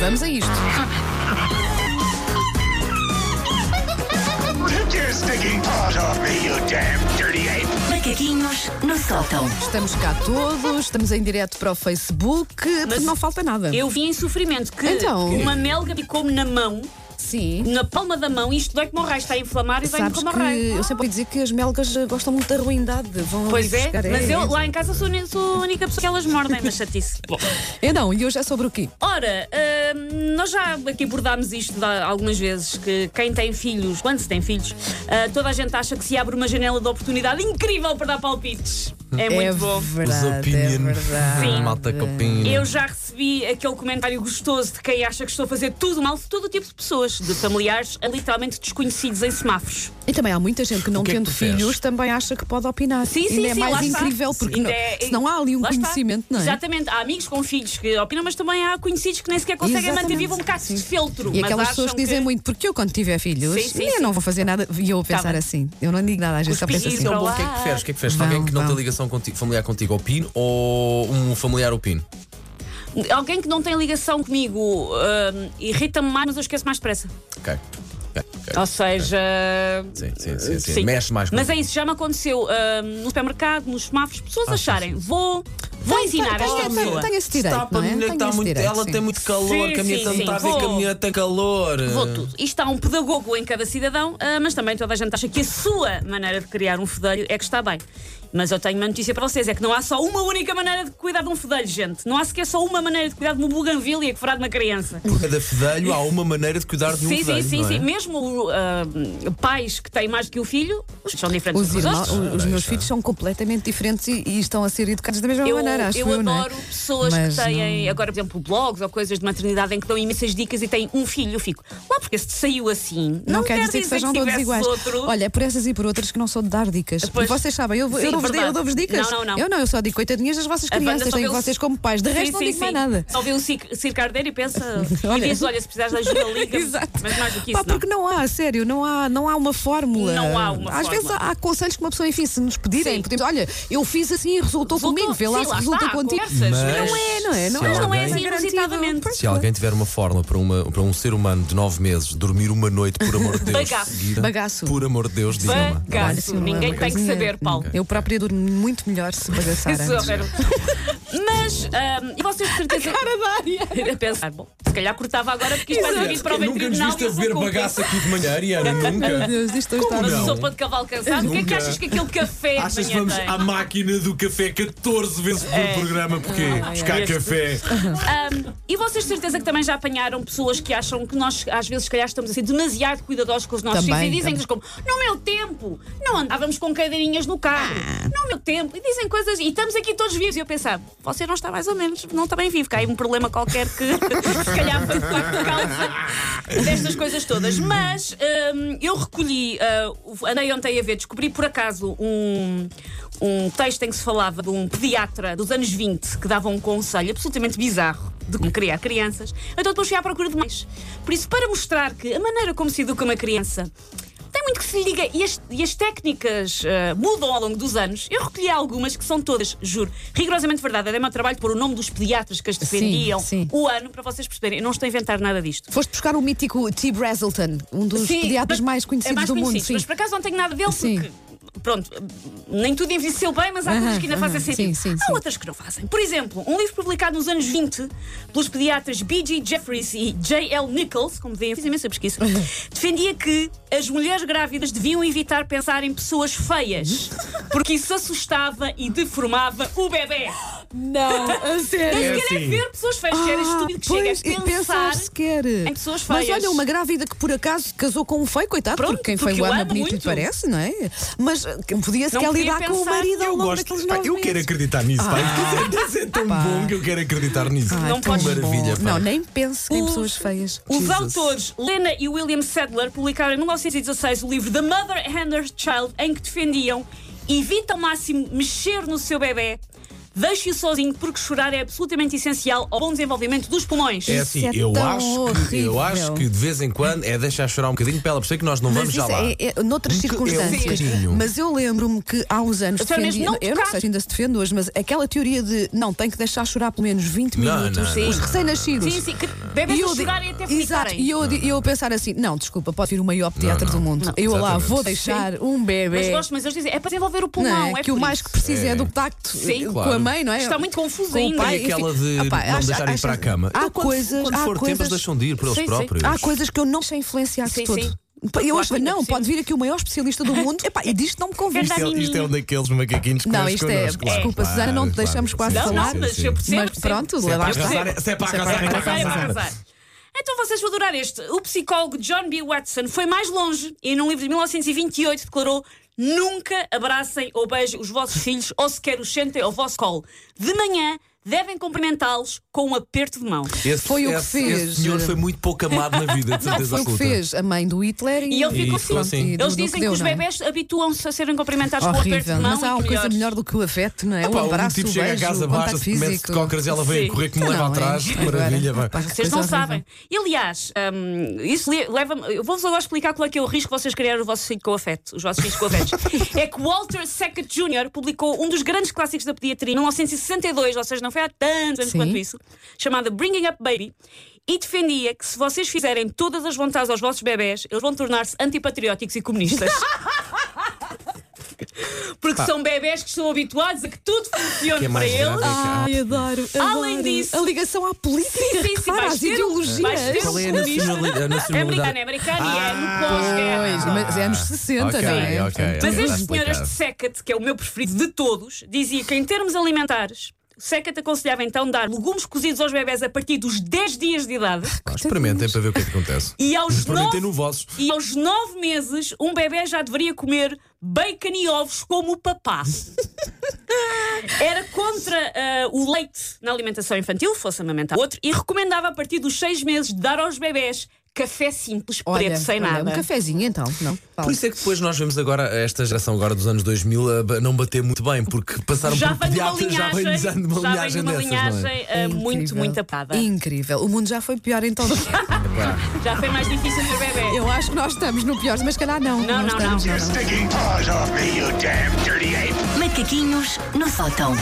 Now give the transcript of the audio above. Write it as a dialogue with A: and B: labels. A: vamos a isto.
B: Take your stinking paws off me, you damn dirty ape!
C: Macaquinhos no sótão.
A: Estamos cá todos, estamos em direto para o Facebook, mas não falta nada.
D: Eu vi em sofrimento que
A: Então.
D: uma melga picou-me na mão,
A: Sim.
D: na palma da mão, e isto dói como o raio, está a inflamar e dói-me
A: Sabes
D: como o
A: que
D: raio.
A: eu sempre ouvi dizer que as melgas eh, gostam muito da ruindade. Vão
D: Pois
A: ali
D: é,
A: buscar,
D: mas eu lá em casa sou, ne- sou a única pessoa que elas mordem, mas chatice. Bom.
A: Então, e hoje é sobre o quê?
D: Ora, hum, nós já aqui abordámos isto da- algumas vezes, que quem tem filhos, quando se tem filhos, ah, toda a gente acha que se abre uma janela de oportunidade incrível para dar palpites. É muito
A: é
D: bom.
A: verdade, é
E: opinion.
A: verdade.
D: Sim.
E: Malta que opina.
D: Eu já recebi aquele comentário gostoso de quem acha que estou a fazer tudo mal de todo tipo de pessoas, de familiares a literalmente desconhecidos em semáforos.
A: E também há muita gente que não
E: O que é que
A: tendo
E: tu fez?
A: filhos também acha que pode opinar.
D: Sim, sim,
A: Ainda é
D: sim,
A: mais
D: lá está.
A: incrível, porque
D: Ainda
A: não,
D: é-
A: se não há ali um
D: lá está.
A: conhecimento, não é?
D: Exatamente, há amigos com filhos que opinam, mas também há conhecidos que nem sequer conseguem
A: Exatamente.
D: manter vivo um bocado de
A: Sim.
D: feltro.
A: E
D: mas
A: aquelas pessoas
D: acham
A: que dizem muito, porque eu quando tiver filhos,
D: Sim, sim,
A: eu
D: sim. Tá
A: não vou fazer nada. E eu vou pensar
D: bem.
A: assim. Eu não digo nada, às vezes só penso
D: Cuspir
A: assim.
D: para
E: Então, bom, o que é que preferes? O que é que preferes? Alguém que não
A: Vão,
E: tem
A: vão.
E: ligação contigo, familiar contigo opine ou um familiar opine?
D: Alguém que não tem ligação comigo hum, irrita-me mais, mas eu esqueço mais depressa.
E: Ok. Ok, ok.
D: Ou seja.
E: É.
D: eh,
E: Sim, sim, sim, sim. Mexe mais com
D: Mas é isso, já me aconteceu hum, no supermercado, nos semáfoos, pessoas
E: Ah,
D: acharem, vou, vou ensinar
A: Tenho-
D: esta
A: tenho-
D: pessoa.
A: Tenho esse direito.
E: Está para
A: não
E: a
A: é? Tenho
E: menina que está
A: esse
E: muito.
A: direito,
E: ela
A: sim.
E: tem muito calor,
D: Sim,
E: que a minha
D: sim,
E: tanto
D: sim.
E: está a ver que a
D: Vou.
E: minha tem calor.
D: Vou tudo. Isto há um pedagogo em cada cidadão, ah, mas também toda a gente acha que a sua maneira de criar um fedelho é que está bem. Mas eu tenho uma notícia para vocês: é que não há só uma única maneira de cuidar de um fedelho, gente. Não há sequer só uma maneira de cuidar de uma buganvília que fará de uma criança.
E: Por cada fedelho há uma maneira de cuidar de um
D: sim,
E: fedelho,
D: sim, sim,
E: não é?
D: sim. Mesmo ah, pais que têm mais do que o filho são diferentes
A: Os,
D: uns dos
A: irmãos,
D: outros.
A: os, os meus filhos são completamente diferentes e, e estão a ser educados da mesma
D: Eu,
A: maneira, acho
D: eu
A: eu. não é?
D: adoro pessoas
A: Mas
D: que têm,
A: não-
D: agora, por exemplo, blogs ou coisas de maternidade em que dão imensas dicas e têm um filho. Eu fico, lá porque se saiu assim, não,
A: Não, quer dizer que sejam todos
D: tivesse
A: iguais.
D: Outro.
A: Olha, é por essas e por outras que não sou de dar dicas.
D: Pois.
A: Vocês sabem, eu, vou- eu
D: Sim,
A: dou-vos
D: verdade.
A: eu dou-vos dicas.
D: Não, não, não.
A: Eu não, eu só digo coitadinhas das vossas
D: A banda
A: crianças,
D: só
A: tenho
D: vê o-
A: vocês como pais. De
D: Sim,
A: resto, não
D: sim,
A: digo mais
D: sim.
A: nada.
D: Só vê o cir- circo a arder e pensa.
A: Olha.
D: E diz, olha, se precisares de ajuda, liga. Mas mais do que isso,
A: Pá, porque não há, sério, não há, não há uma fórmula.
D: Não há uma
A: Às
D: fórmula.
A: vezes há, há conselhos que uma pessoa, enfim, se nos pedirem,
D: Sim.
A: podemos, olha, eu fiz assim e resultou,
D: Resultou-
A: comigo, vê lá
D: sim,
A: se
D: lá
A: resulta
D: está,
A: contigo.
D: conversas. Mas
A: não é, não é? Não,
E: se
A: é,
D: Mas não é
E: alguém-
D: assim
A: Garantido.
D: inusitadamente.
A: Pois,
E: Se alguém tiver uma fórmula para, uma, para um ser humano de 9 meses dormir uma noite, por amor de Deus,
D: Bagaço.
E: seguida,
A: Bagaço.
E: por amor de Deus, digam-me.
A: Olha,
D: Bagaço.
A: sim, não é
D: Ninguém
A: uma
D: tem que
A: coisinha-
D: saber, Paulo.
A: Eu própria durmo muito melhor se bagaçar
D: Isso,
A: antes.
D: Vera. Mas, ahm, e vocês de certeza. A pensar, bom, se calhar cortava agora porque isto vai ser vindo para o
E: Nunca nos
D: veterinário.
E: viste
D: e
E: a
D: eu vou
E: beber
D: com o quê?
E: bagaço aqui de manhã, Ariana,
A: Meu
E: nunca.
A: Deus, isto assim. hoje
E: Como
A: está
D: Uma
E: Não.
D: sopa de cavalo cansado. O que é que
E: Nunca.
D: achas que aquele café de
E: Achas que
D: manhã
E: vamos
D: tem?
E: à máquina do café 14 vezes por
D: É.
E: programa? Porquê? Buscar
D: Este-
E: café.
D: Ahm, e vocês de certeza que também já apanharam pessoas que acham que nós, às vezes, se calhar, estamos a ser demasiado cuidadosos com os nossos
A: Também,
D: filhos e dizem
A: também.
D: nos como: no meu tempo, não andávamos com cadeirinhas no carro, no meu tempo, e dizem coisas, e estamos aqui todos vivos. E eu pensava: você não está mais ou menos, não está bem vivo, que há aí um problema qualquer que, se calhar, foi por causa destas coisas todas. Mas ahm, eu recolhi, ah, o- andei ontem a ver, descobri por acaso um. Um texto em que se falava de um pediatra dos anos 20 que dava um conselho absolutamente bizarro de como criar crianças, então depois fui à procura de mais. Por isso, para mostrar que a maneira como se educa uma criança tem muito que se lhe diga e as, e as técnicas eh, mudam ao longo dos anos, eu recolhi algumas que são todas, juro, rigorosamente verdade. Era meu trabalho pôr o nome dos pediatras que as defendiam,
A: sim.
D: o ano, para vocês perceberem. Eu não estou a inventar nada disto.
A: Foste buscar o mítico T. Brazelton, um dos
D: Sim,
A: pediatras
D: mas-
A: mais conhecidos
D: é mais
A: do mundo.
D: conhecidos,
A: Sim.
D: Mas por acaso não tenho nada dele
A: Sim.
D: porque. Pronto, nem tudo envelheceu bem, mas há
A: Aham,
D: coisas que ainda
A: aham,
D: fazem
A: sim,
D: sentido.
A: sim,
D: há
A: sim.
D: outras que não fazem. Por exemplo, um livro publicado nos anos 20 pelos pediatras B.G. Jeffries e J.L. Nichols, como veem, eu fiz imensa pesquisa, defendia que as mulheres grávidas deviam evitar pensar em pessoas feias, porque isso assustava e deformava o bebê.
A: Não, a
D: Nem
A: sério.
D: sequer é
E: assim.
D: ver pessoas feias, que era estúpido que chega
A: Ah, pois, e
D: a
A: pensar
D: pensar.
A: sequer.
D: em pessoas
A: Mas
D: feias.
A: olha, uma grávida que por acaso casou com um feio, coitado,
D: Pronto,
A: porque quem
D: porque
A: feio
D: eu
A: ama
D: amo
A: bonito lhe
D: muito.
A: parece, não é? Mas eh, que podia
D: Não
A: sequer
D: podia
A: lidar com o
D: pensar.
A: marido ao
E: Eu
A: longo
E: gosto.
A: um daqueles
E: Pá,
A: nove
E: eu quero é
A: meses.
E: acreditar nisso. pá. Isso é tão bom que eu quero acreditar nisso. É
A: Ai,
D: Não
A: tão
D: podes-
A: bom.
E: Maravilha, pá.
A: Ah, Não, nem penso em
D: Os-
A: pessoas feias.
D: Os
E: Jesus.
D: autores Lena e William Sadler publicaram em 1916 o livro The Mother and Her Child, em que defendiam evita ao máximo mexer no seu bebê Deixe-o sozinho, porque chorar é absolutamente essencial ao bom desenvolvimento dos pulmões.
E: É assim,
A: é
E: eu,
A: tão
E: acho que, eu
A: horrível.
E: acho que de vez em quando é deixar chorar um bocadinho para ela perceber que nós não
A: Mas
E: vamos já
A: isso
E: lá.
A: é, é noutras
E: Nunca- é um
A: circunstâncias.
E: bocadinho.
A: mas eu lembro-me que há uns anos
D: Eu também
A: defendia-
D: Então, não
A: eu não
D: tocar.
A: sei se ainda se defende hoje, mas aquela teoria de não, tem que deixar chorar pelo menos 20
E: Não,
A: minutos
E: não, não,
A: os
E: não.
A: recém-nascidos.
D: Sim, sim, que bebês
A: eu
D: a
A: di-
D: chorar e até
A: Exato,
D: vomitarem.
A: e eu, di- eu pensar assim: não, desculpa, pode vir o maior pediatra
E: Não, não.
A: do mundo. eu lá
E: Exatamente.
A: vou deixar um
D: Mas
A: bebê.
D: gosto, mas eles dizem, é para desenvolver o pulmão.
A: Não, é,
D: é
A: que o
D: por
A: mais
D: isso.
A: que precisa é. do tacto
D: Sim.
A: eh, com
E: Claro.
A: a mãe, não é?
D: Está muito confuso
A: com o
D: ainda.
A: pai.
E: E aquela de
A: Epá,
E: não
A: acho-
E: deixarem ir
A: acho-
E: para a cama.
A: Há
E: Eu, quando-
A: coisas-
E: Quando
A: há
E: for tempo,
A: coisas-
E: eles deixam de ir por
D: Sim,
E: eles
D: sim.
E: próprios.
A: Há coisas que eu não sei influenciar
D: Sim,
A: tudo.
D: sim.
A: Eu
D: acho
A: hoje,
D: que ainda
A: não,
D: possível.
A: pode vir aqui o maior especialista do mundo Epá, e disto não me convence.
D: Isto é- isto é um
E: daqueles macaquinhos que
A: Não, isto é- connosco, claro, desculpa, claro, Susana, não te claro, deixamos quase
D: Não, não,
A: Sim,
D: mas eu percebo.
A: Mas
D: percebo.
A: pronto,
D: Sim,
A: lá
D: eu
A: está.
D: percebo.
E: Se é para casar, é para
D: Vai, vai,
E: casar.
D: vai. Então vocês vão adorar este. O psicólogo John B. Watson foi mais longe e, num livro de 1928, declarou: Nunca abracem ou beijem os vossos filhos ou sequer os sentem ao vosso colo. De manhã, devem cumprimentá-los com um aperto de mão.
E: Esse-
A: Foi o que
E: esse-
A: fez.
E: Esse senhor foi muito pouco amado na vida, de certeza
A: Foi o que
E: absoluta.
A: fez a mãe do Hitler e,
D: E ele ficou
E: E ficou
D: assim.
E: assim.
A: e do-
D: Eles
A: do
D: dizem que,
A: deu,
D: os
A: não é?
D: bebés habituam-se a serem cumprimentados com um aperto
A: Horrível,
D: de mão.
A: mas há
D: e
A: uma coisa
D: melhores.
A: melhor do que o afeto, não é?
E: Pá,
A: o
E: um
A: abraço,
E: tipo
A: o
E: chega a
A: beijo,
E: casa,
A: o contato
E: baixa-se, mete
A: físico.
E: de cócaras e ela vem
D: Sim.
E: a correr que me leva
A: Não, é
E: atrás. Que
A: incrível.
E: maravilha, vai.
A: Pá,
D: Vocês não
A: coisa
D: sabem. E, aliás, hum, isso le- leva-me. Eu vou-vos agora explicar qual é que é o risco de vocês criarem o vosso filho com afeto, os vossos filhos com afetos. é que Walter Sackett Jr. publicou um dos grandes clássicos da pediatria em 1962, ou seja, não foi há tantos anos
A: Sim.
D: quanto isso, chamado Bringing Up Baby, e defendia que se vocês fizerem todas as vontades aos vossos bebés, eles vão tornar-se antipatrióticos e comunistas. Porque são bebés que estão habituados a que tudo funcione
E: Que
D: para
E: é mais
D: eles.
E: grave.
A: Ai, adoro,
D: Além
A: adoro.
D: disso-
A: a ligação à política,
D: Sim, sim, sim,
A: claro,
D: vais
A: às
D: ter um- vais ter
A: ideologias.
D: um-
E: Qual é a
D: comunista.
E: nacionalidade? a
D: É americano,
E: nacionalidade?
D: é americano e é
E: Ah,
D: no pós-guerra.
A: Pois, mas é anos 60,
E: Ok,
A: não é?
E: ok,
A: Portanto,
D: Mas
E: É,
D: este
E: está
D: senhor, este
E: explicado.
D: Secate, que é o meu preferido de todos, dizia que em termos alimentares, Secate aconselhava então dar legumes cozidos aos bebés a partir dos 10 dias de idade
E: Pá, Experimentem para ver o que é que acontece.
D: e aos 9
E: Experimentem no vosso.
D: e aos nove meses um bebê já deveria comer bacon e ovos como o papá. Era contra ah, o leite na alimentação infantil, fosse amamentar outro, e recomendava a partir dos seis meses dar aos bebés café simples,
A: Olha,
D: preto, sem
A: olha,
D: nada.
A: Um cafezinho então, não? Paulo.
E: Por isso é que depois nós vemos agora esta geração agora dos anos 2000 a ba- não bater muito bem, porque passaram
D: já
E: por
D: vem de uma
E: pediatras,
D: linhagem,
E: já vem já de uma
D: vem de
E: linhagem
D: uma
E: dessas, não é?
D: linhagem, ah, muito,
A: Incrível.
D: muito apada.
A: Incrível. O mundo já foi pior então.
D: Já foi mais difícil ter bebê.
A: Eu acho que nós estamos no pior, mas se calhar não.
D: Não, não,
A: estamos,
D: não.
B: Your stinking paws off me, you damn dirty ape!
C: Macaquinhos no sótão.